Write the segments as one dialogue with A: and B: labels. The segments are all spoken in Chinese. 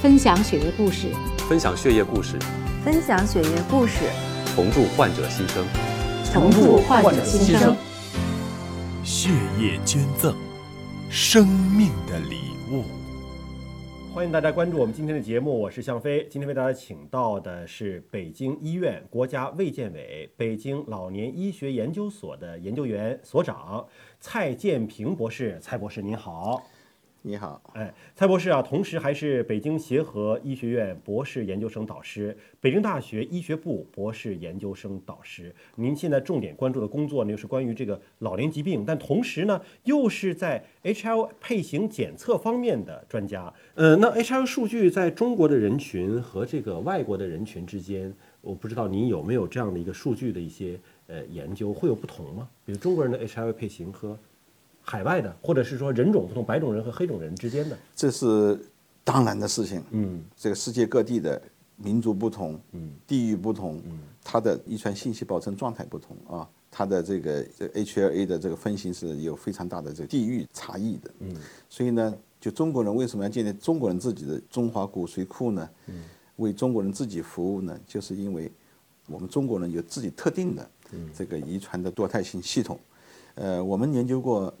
A: 分享血液故事，
B: 分享血液故事，
C: 分享血液故事，
B: 重铸患者新生。
A: 重铸患者新生。
D: 血液捐赠，生命的礼物。
E: 欢迎大家关注我们今天的节目，我是向飞。今天为大家请到的是北京医院国家卫健委北京老年医学研究所的研究员所长蔡建平博士。蔡博士您好，
F: 你好，
E: 哎，蔡博士啊，同时还是北京协和医学院博士研究生导师，北京大学医学部博士研究生导师。您现在重点关注的工作呢，又是关于这个老年疾病，但同时呢，又是在 HIV 配型检测方面的专家。呃，那 HIV 数据在中国的人群和这个外国的人群之间，我不知道您有没有这样的一个数据的一些呃研究，会有不同吗？比如中国人的 HIV 配型和海外的，或者是说人种不同，白种人和黑种人之间的。
F: 这是当然的事情。
E: 嗯，
F: 这个世界各地的民族不同，嗯，地域不同，嗯，它的遗传信息保存状态不同啊，它的这个这 HLA 的这个分型是有非常大的这个地域差异的。嗯，所以呢，就中国人为什么要建立中国人自己的中华骨髓库呢？嗯，为中国人自己服务呢，就是因为我们中国人有自己特定的这个遗传的多态性系统。呃，我们研究过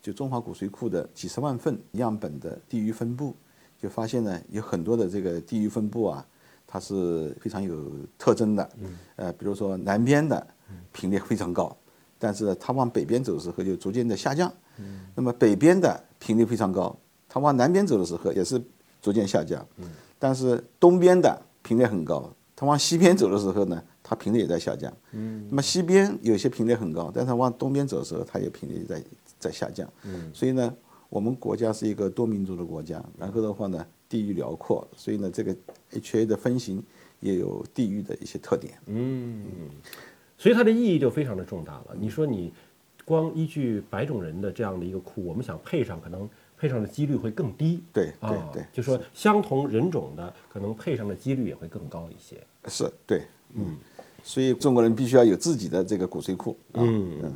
F: 就中华骨髓库的几十万份样本的地域分布，就发现呢有很多的这个地域分布啊，它是非常有特征的。呃，比如说南边的频率非常高，但是它往北边走的时候就逐渐的下降。那么北边的频率非常高，它往南边走的时候也是逐渐下降。但是东边的频率很高，它往西边走的时候呢，它频率也在下降。嗯，那么西边有些频率很高，但是往东边走的时候，它也频率在在下降。嗯，所以呢，我们国家是一个多民族的国家，然后的话呢，地域辽阔，所以呢，这个 HA 的分型也有地域的一些特点。
E: 所以它的意义就非常的重大了。你说你光依据白种人的这样的一个库，我们想配上，可能配上的几率会更低。
F: 对对
E: 啊
F: 对
E: 就说相同人种的，可能配上的几率也会更高一些。
F: 是对，嗯，所以中国人必须要有自己的这个骨髓库啊。嗯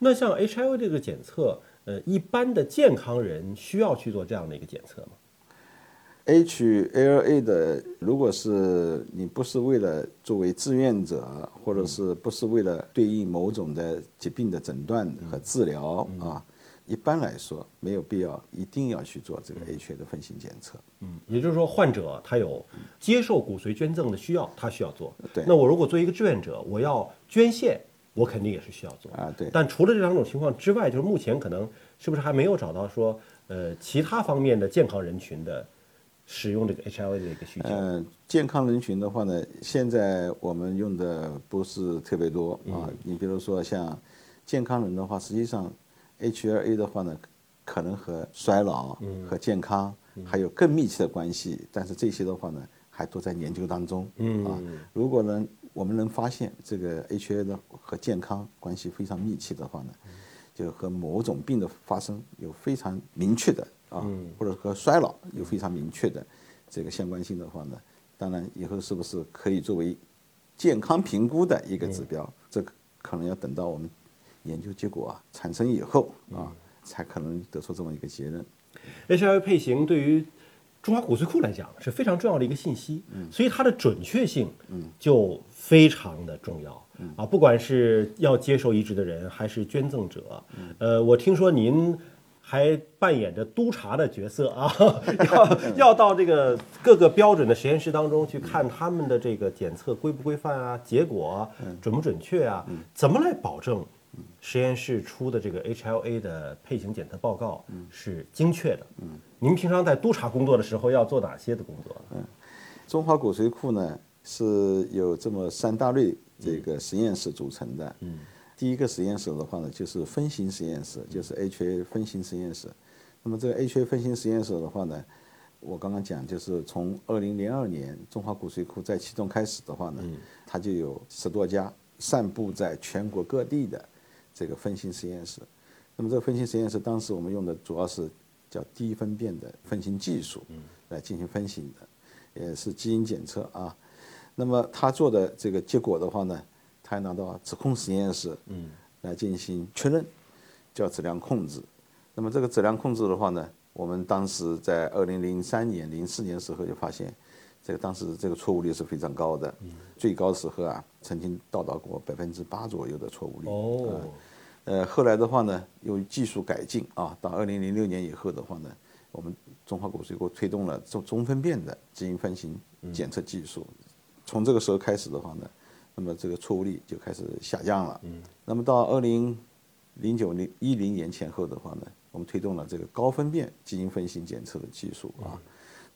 E: 那像 HIV 这个检测，呃，一般的健康人需要去做这样的一个检测吗？
F: HLA 的，如果是你不是为了作为志愿者，或者是不是为了对应某种的疾病的诊断和治疗啊，一般来说没有必要一定要去做这个 HLA 的分型检测。
E: 嗯，也就是说，患者他有接受骨髓捐赠的需要，他需要做。
F: 对
E: 那我如果作为一个志愿者，我要捐献，我肯定也是需要做
F: 啊对
E: 但除了这两种情况之外，就是目前可能是不是还没有找到说，呃，其他方面的健康人群的使用这个 HIV 的一个需求？
F: 呃，健康人群的话呢，现在我们用的不是特别多
E: 嗯
F: 啊。你比如说像健康人的话，实际上 HLA 的话呢，可能和衰老、
E: 嗯
F: 和健康还有更密切的关系，但是这些的话呢，还都在研究当中啊。如果能我们能发现这个 HLA 的和健康关系非常密切的话呢，就和某种病的发生有非常明确的啊，或者和衰老有非常明确的这个相关性的话呢，当然以后是不是可以作为健康评估的一个指标，这个可能要等到我们研究结果啊产生以后啊，才可能得出这么一个结论。
E: HIV 配型对于中华骨髓库来讲是非常重要的一个信息，所以它的准确性就非常的重要啊！不管是要接受移植的人还是捐赠者，呃，我听说您还扮演着督察的角色啊，要要到这个各个标准的实验室当中去看他们的这个检测规不规范啊，结果啊准不准确啊，怎么来保证实验室出的这个 HLA 的配型检测报告是精确的。嗯，您平常在督察工作的时候要做哪些的工作呢？
F: 中华骨髓库呢是有这么三大类这个实验室组成的。嗯，第一个实验室的话呢，就是分型实验室，就是 HA 分型实验室。那么这个 HA 分型实验室的话呢，我刚刚讲就是从二零零二年中华骨髓库在启动开始的话呢，它就有十多家散布在全国各地的这个分型实验室。那么这个分型实验室当时我们用的主要是叫低分辨的分型技术来进行分型的。也是基因检测啊。那么他做的这个结果的话呢，他还拿到指控实验室，嗯，来进行确认，叫质量控制。那么这个质量控制的话呢，我我们当时在二零零三年、零四年时候就发现，这个当时这个错误率是非常高的，最高时候啊，曾经到达过百分之八左右的错误率。
E: 哦，
F: 呃，后来的话呢，由于技术改进啊，到二零零六年以后的话呢，我们中华骨髓库推动了中中分辨的基因分型检测技术。从这个时候开始的话呢，那么这个错误率就开始下降了。嗯。那么到二零零九零一零年前后的话呢，我们推动了这个高分辨基因分型检测的技术啊。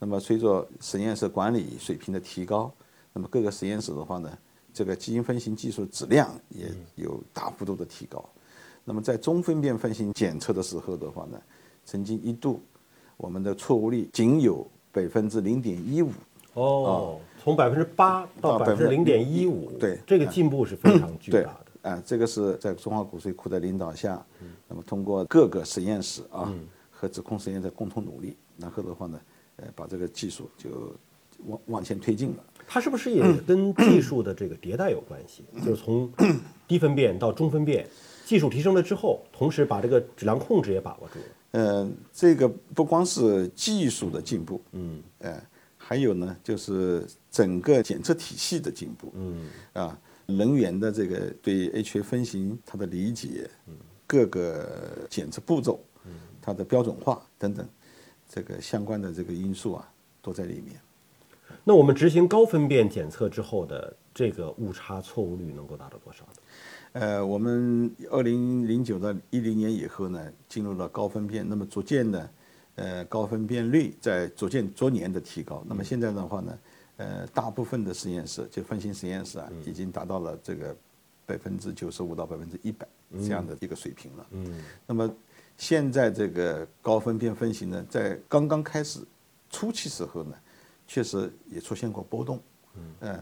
F: 那么随着实验室管理水平的提高，那么各个实验室的话呢，这个基因分型技术质量也有大幅度的提高。那么在中分辨分型检测的时候的话呢，曾经一度我们的错误率仅有百分之零点一五，
E: 哦，从百分之八
F: 到
E: 到百分之零点一五，
F: 0.15对
E: 这个进步是非常巨大
F: 对，
E: 的。
F: 啊，这个是在中华骨髓库的领导下，那么通过各个实验室啊和指控实验的共同努力，然后的话呢，呃，把这个技术就往往前推进了。
E: 它是不是也跟技术的这个迭代有关系？就是从低分辨到中分辨，技术提升了之后，同时把这个质量控制也把握住了。
F: 呃，这个不光是技术的进步，嗯，呃，还有呢，就是整个检测体系的进步，嗯，啊，人员的这个对 HA 分型它的理解，各个检测步骤，它的标准化等等，这个相关的这个因素啊，都在里面。
E: 那我们执行高分辨检测之后的这个误差错误率能够达到多少呢？
F: 呃，我们二零零九到一零年以后呢，进入了高分辨，那么逐渐的，呃，高分辨率在逐渐逐年的提高。那么现在的话呢，呃，大部分的实验室，就分型实验室啊，已经达到了这个百分之九十五到百分之一百这样的一个水平了。嗯，那么现在这个高分辨分型呢，在刚刚开始初期时候呢，确实也出现过波动。嗯、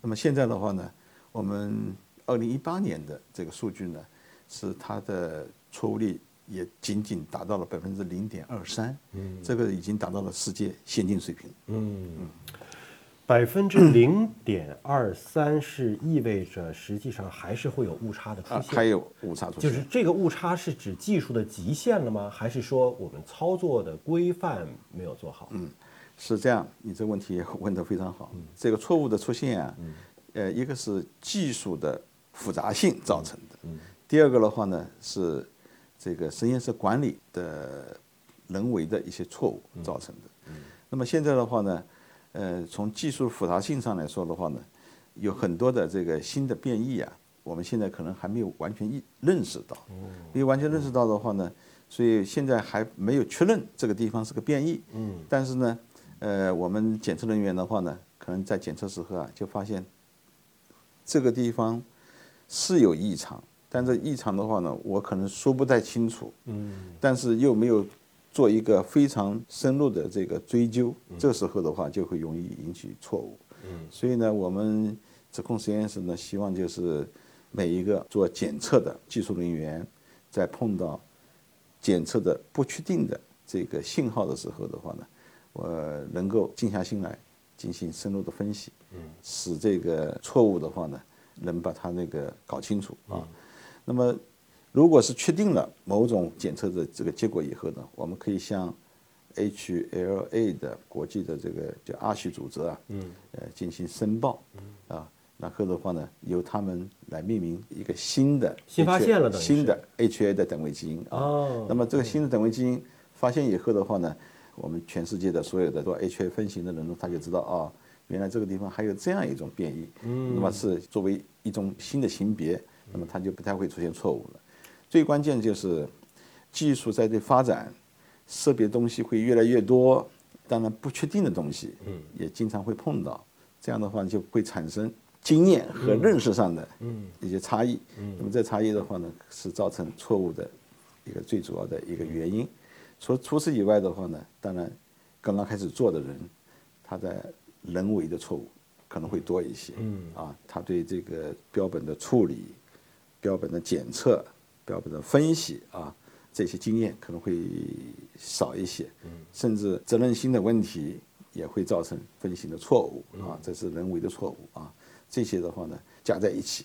F: 那么现在的话呢，我们二零一八年的这个数据呢，是它的错误率也仅仅达到了百分之零点二三，嗯，这个已经达到了世界先进水平。
E: 嗯百分之零点二三是意味着实际上还是会有误差的出
F: 啊，
E: 现，
F: 还有误差出
E: 就
F: 现，
E: 是这个误差是指技术的极限了吗？还是说我们操作的规范没有做好？嗯，
F: 是这样，你这问题问得非常好。这个错误的出现啊，呃，一个是技术的复杂性造成的，第二个的话呢是这个实验室管理的人为的一些错误造成的。那么现在的话呢，呃，从技术复杂性上来说的话呢，有很多的这个新的变异啊，我们现在可能还没有完全意认识到。没有完全认识到的话呢，所以现在还没有确认这个地方是个变异。嗯。但是呢，呃，我们检测人员的话呢，可能在检测时候啊，就发现这个地方是有异常，但这异常的话呢，我可能说不太清楚。嗯。但是又没有做一个非常深入的这个追究，这时候的话就会容易引起错误。所以呢，我们指控实验室呢，希望就是每一个做检测的技术人员，在碰到检测的不确定的这个信号的时候的话呢，我能够静下心来进行深入的分析，使这个错误的话呢，能把它那个搞清楚啊。那么，如果是确定了某种检测的这个结果以后呢，我们可以向 HLA 的国际的这个叫阿许组织啊，嗯，呃，进行申报，
E: 嗯
F: 啊，然后的话呢，由他们来命名一个新的
E: 新发现
F: HA
E: 了等于是
F: 新的 HA 的等位基因啊。
E: 哦
F: 那么这个新的等位基因发现以后的话呢，我们全世界的所有的做 HA 分型的人呢，他就知道啊、原来这个地方还有这样一种变异，嗯，那么是作为一种新的型别，那么它就不太会出现错误了。最关键就是技术在这发展，识别东西会越来越多，当然不确定的东西，嗯，也经常会碰到。这样的话就会产生经验和认识上的一些差异。那么这差异的话呢，是造成错误的一个最主要的一个原因。除除此以外的话呢，当然刚刚开始做的人，他在人为的错误可能会多一些。啊，他对这个标本的处理、标本的检测、标本的分析啊，这些经验可能会少一些，甚至责任心的问题也会造成分型的错误啊，这是人为的错误啊。这些的话呢，加在一起，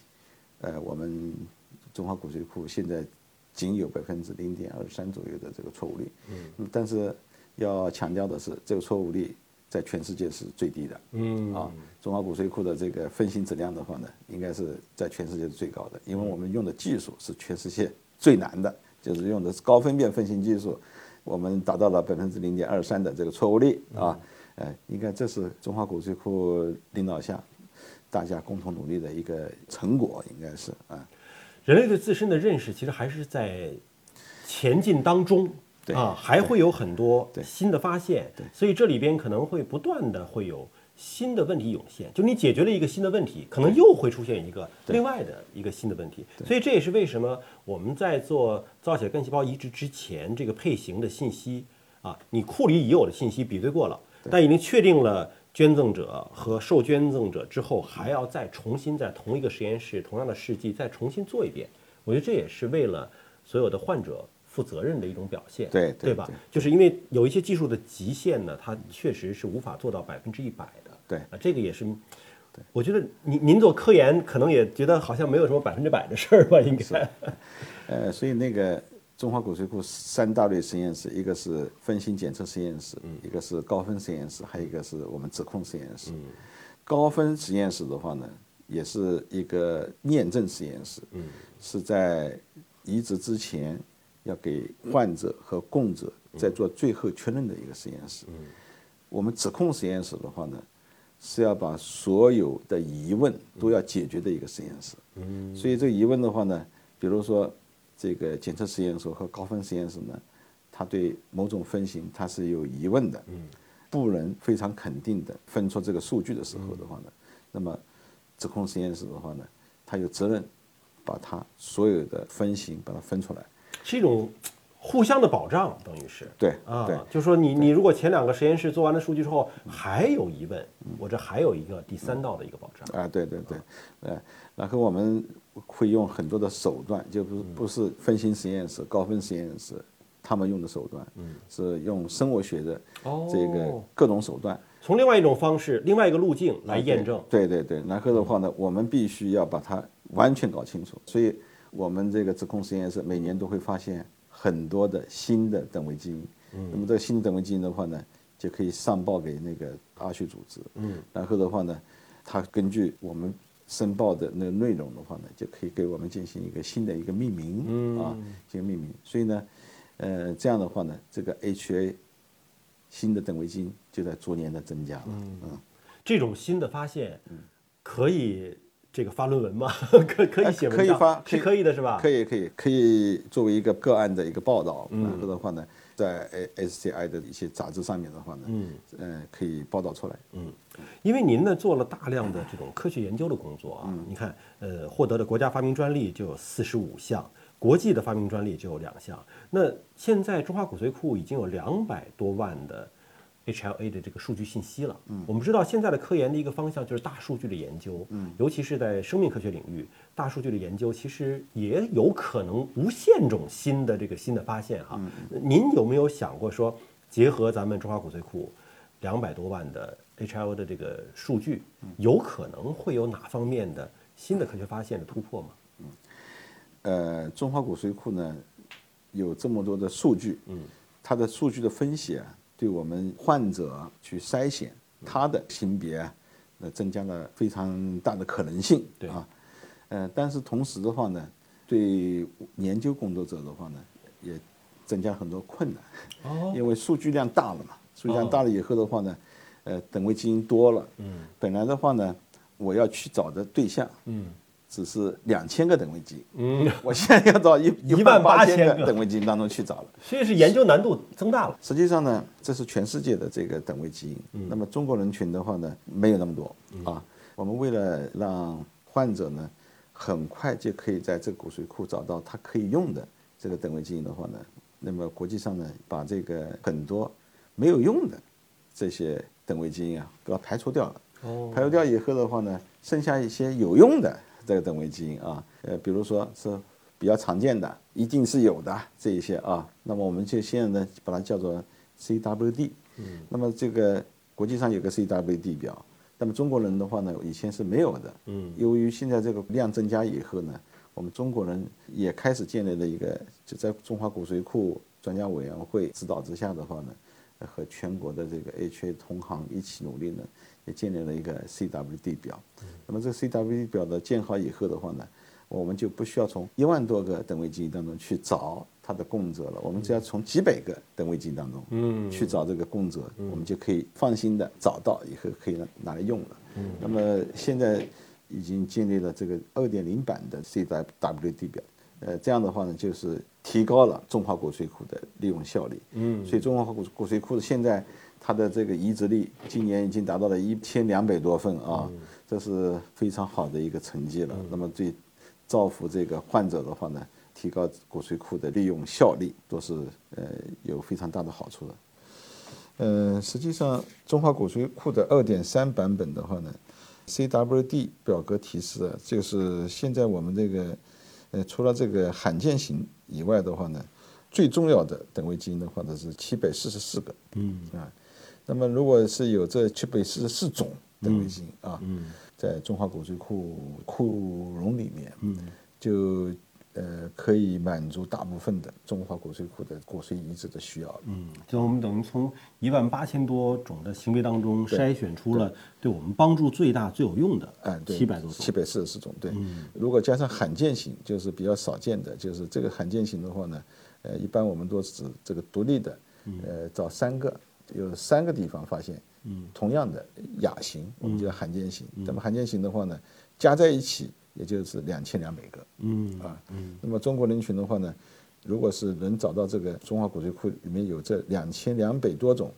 F: 呃，我们中华骨髓库现在仅有百分之零点二三左右的这个错误率，嗯，但是要强调的是，这个错误率在全世界是最低的。嗯啊，中华骨髓库的这个分型质量的话呢，应该是在全世界是最高的，因为我们用的技术是全世界最难的，就是用的是高分辨分型技术，我们达到了百分之零点二三的这个错误率啊。呃，应该这是中华骨髓库领导下大家共同努力的一个成果，应该是啊。
E: 人类对自身的认识其实还是在前进当中。
F: 对
E: 啊，还会有很多
F: 对
E: 新的发现，所以这里边可能会不断的会有新的问题涌现。就你解决了一个新的问题，可能又会出现一个另外的一个新的问题。所以这也是为什么我们在做造血干细胞移植之前，这个配型的信息啊，你库里已有的信息比对过了，但已经确定了。捐赠者和受捐赠者之后，还要再重新在同一个实验室、同样的试剂再重新做一遍。我觉得这也是为了所有的患者负责任的一种表现，
F: 对
E: 对
F: 对
E: 吧
F: 对？
E: 就是因为有一些技术的极限呢，它确实是无法做到百分之一百的。
F: 对
E: 啊，这个也是，我觉得您您做科研可能也觉得好像没有什么百分之百的事儿吧？应该，
F: 呃，所以那个中华骨髓库三大类实验室，一个是分型检测实验室，一个是高分实验室，还有一个是我们指控实验室。高分实验室的话呢，也是一个验证实验室，是在移植之前要给患者和供者再做最后确认的一个实验室。我们指控实验室的话呢，是要把所有的疑问都要解决的一个实验室。所以这个疑问的话呢，比如说这个检测实验室和高分实验室呢，它对某种分型它是有疑问的，不能非常肯定的分出这个数据的时候的话呢，那么指控实验室的话呢，它有责任把它所有的分型把它分出来，
E: 是一种互相的保障，等于是。
F: 对
E: 啊
F: 对，
E: 就说你你如果前两个实验室做完了数据之后还有疑问，我这还有一个第三道的一哦个保障。
F: 啊，嗯对对对，呃，然后我们会用很多的手段，就不
E: 嗯
F: 不是分型实验室、高分实验室他们用的手段，是用生物学的这个
E: 嗯哦
F: 各种手段
E: 从另外一种方式、另外一个路径来
F: 啊
E: 验证。
F: 对对对，然后的话呢，我们必须要把它完全搞清楚，所以我们这个指控实验室每年都会发现很多的新的等位基因，
E: 嗯
F: 那么这个新的等位基因的话呢，就可以上报给那个阿旭组织，嗯，然后的话呢，它根据我们申报的那个内容的话呢，就可以给我们进行一个新的一个命名，嗯啊，进行命名，所以呢，呃，这样的话呢，这个 HA 新的等位基因就在逐年的增加了，嗯
E: 这种新的发现，可以这个发论文吗？ 可可以
F: 哎
E: 写文
F: 可以
E: 章，
F: 发
E: 是可以的，是吧？
F: 可
E: 以。
F: 以可以可以作为一个个案的一个报道，然后的话呢，在 A SCI 的一些杂志上面的话呢，嗯，呃，可以报道出来。
E: 因为您呢做了大量的这种科学研究的工作啊，你看，呃，获得的国家发明专利就有四十五项，国际的发明专利就有两项。那现在中华骨髓库已经有两百多万的 HLA 的这个数据信息了。嗯，我们知道现在的科研的一个方向就是大数据的研究，嗯，尤其是在生命科学领域，大数据的研究其实也有可能无限种新的这个新的发现哈。您有没有想过说，结合咱们中华骨髓库两百多万的 HLA 的这个数据，有可能会有哪方面的新的科学发现的突破吗？
F: 呃，中华骨髓库呢有这么多的数据，嗯，它的数据的分析啊，对我们患者啊去筛选他的性别啊，那增加了非常大的可能性，
E: 对
F: 啊，呃，但是同时的话呢，对研究工作者的话呢，也增加很多困难，
E: 哦，
F: 因为数据量大了嘛，数据量大了以后的话呢，呃，等位基因多了，哦嗯，本来的话呢，我要去找的对象，嗯，只是两千个等位基因，嗯， 我现在要到一
E: 一万
F: 万
E: 八
F: 八
E: 千
F: 个
E: 个
F: 等位基因当中去找了。
E: 所以是研究难度增大了。
F: 实际上呢，这是全世界的这个等位基因。那么中国人群的话呢，没有那么多啊。我们为了让患者呢，很快就可以在这个骨髓库找到他可以用的这个等位基因的话呢，那么国际上呢，把这个很多没有用的这些等位基因啊，给它排除掉了。
E: 哦
F: 排除掉以后的话呢，剩下一些有用的这个等位基因啊，呃，比如说是比较常见的，一定是有的这一些啊。那么我们就现在呢，把它叫做 CWD。嗯。那么这个国际上有个 CWD 表，那么中国人的话呢，以前是没有的。嗯。由于现在这个量增加以后呢，我们中国人也开始建立了一个，就在中华骨髓库专家委员会指导之下的话呢，和全国的这个 HA 同行一起努力呢，也建立了一个 CWD 表。那么这个 CWD 表的建好以后的话呢，我们就不需要从一万多个等位基因当中去找它的供者了，我们只要从几百个等位基因当中，嗯，去找这个供者，我们就可以放心的找到，以后可以拿拿来用了。那么现在已经建立了这个二点零版的 CWD 表，呃，这样的话呢，就是提高了中华骨髓库的利用效率。嗯，所以中华骨骨髓库现在它的这个移植率今年已经达到了一千两百多份啊，这是非常好的一个成绩了。那么对造福这个患者的话呢，提高骨髓库的利用效率，都是呃有非常大的好处的。呃，实际上中华骨髓库的二点三版本的话呢，CWD 表格提示啊，就是现在我们这个呃除了这个罕见型以外的话呢，最重要的等位基因的话呢是七百四十四个，嗯啊，那么如果是有这七百四十四种等位基因啊，嗯，在中华骨髓库库容里面，嗯，就呃可以满足大部分的中华骨髓库的骨髓移植的需要了，
E: 嗯，就我们等于从一万八千多种的行为当中筛选出了对我们帮助最大、最有用的
F: 哎，对，
E: 七百多种。嗯
F: 七百四十四种，对。如果加上罕见型，就是比较少见的，就是这个罕见型的话呢，呃，一般我们都指这个独立的，
E: 嗯
F: 呃，找三个，有三个地方发现，
E: 嗯
F: 同样的亚型，我们叫罕见型。那么罕见型的话呢，加在一起也就是两千两百个，嗯啊，那么中国人群的话呢，如果是能找到这个中华骨髓库里面有这两千两百多种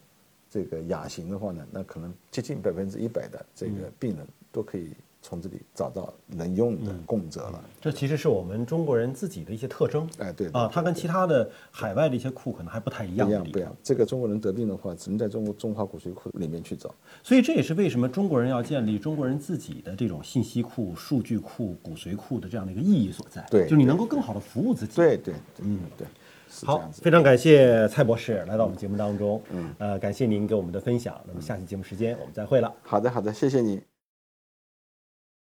F: 这个亚型的话呢，那可能接近百分之一百的这个病人都可以从这里找到能用的供者了。
E: 这其实是我们中国人自己的一些特征。
F: 哎对
E: 啊，
F: 对
E: 它跟其他的海外的一些库可能还不太一样
F: 不一
E: 的
F: 样
E: 地
F: 不一
E: 方
F: 样，这个中国人得病的话，只能在中国中华骨髓库里面去找。
E: 所以这也是为什么中国人要建立中国人自己的这种信息库、数据库、骨髓库的这样的一个意义所在。
F: 对
E: 就是你能够更好的服务自己。
F: 对对，嗯对，是这
E: 好
F: 样，子。
E: 非常感谢蔡博士来到我们节目当中，嗯，呃，感谢您给我们的分享。那么下期节目时间我们再会了。
F: 好的好的，谢谢你。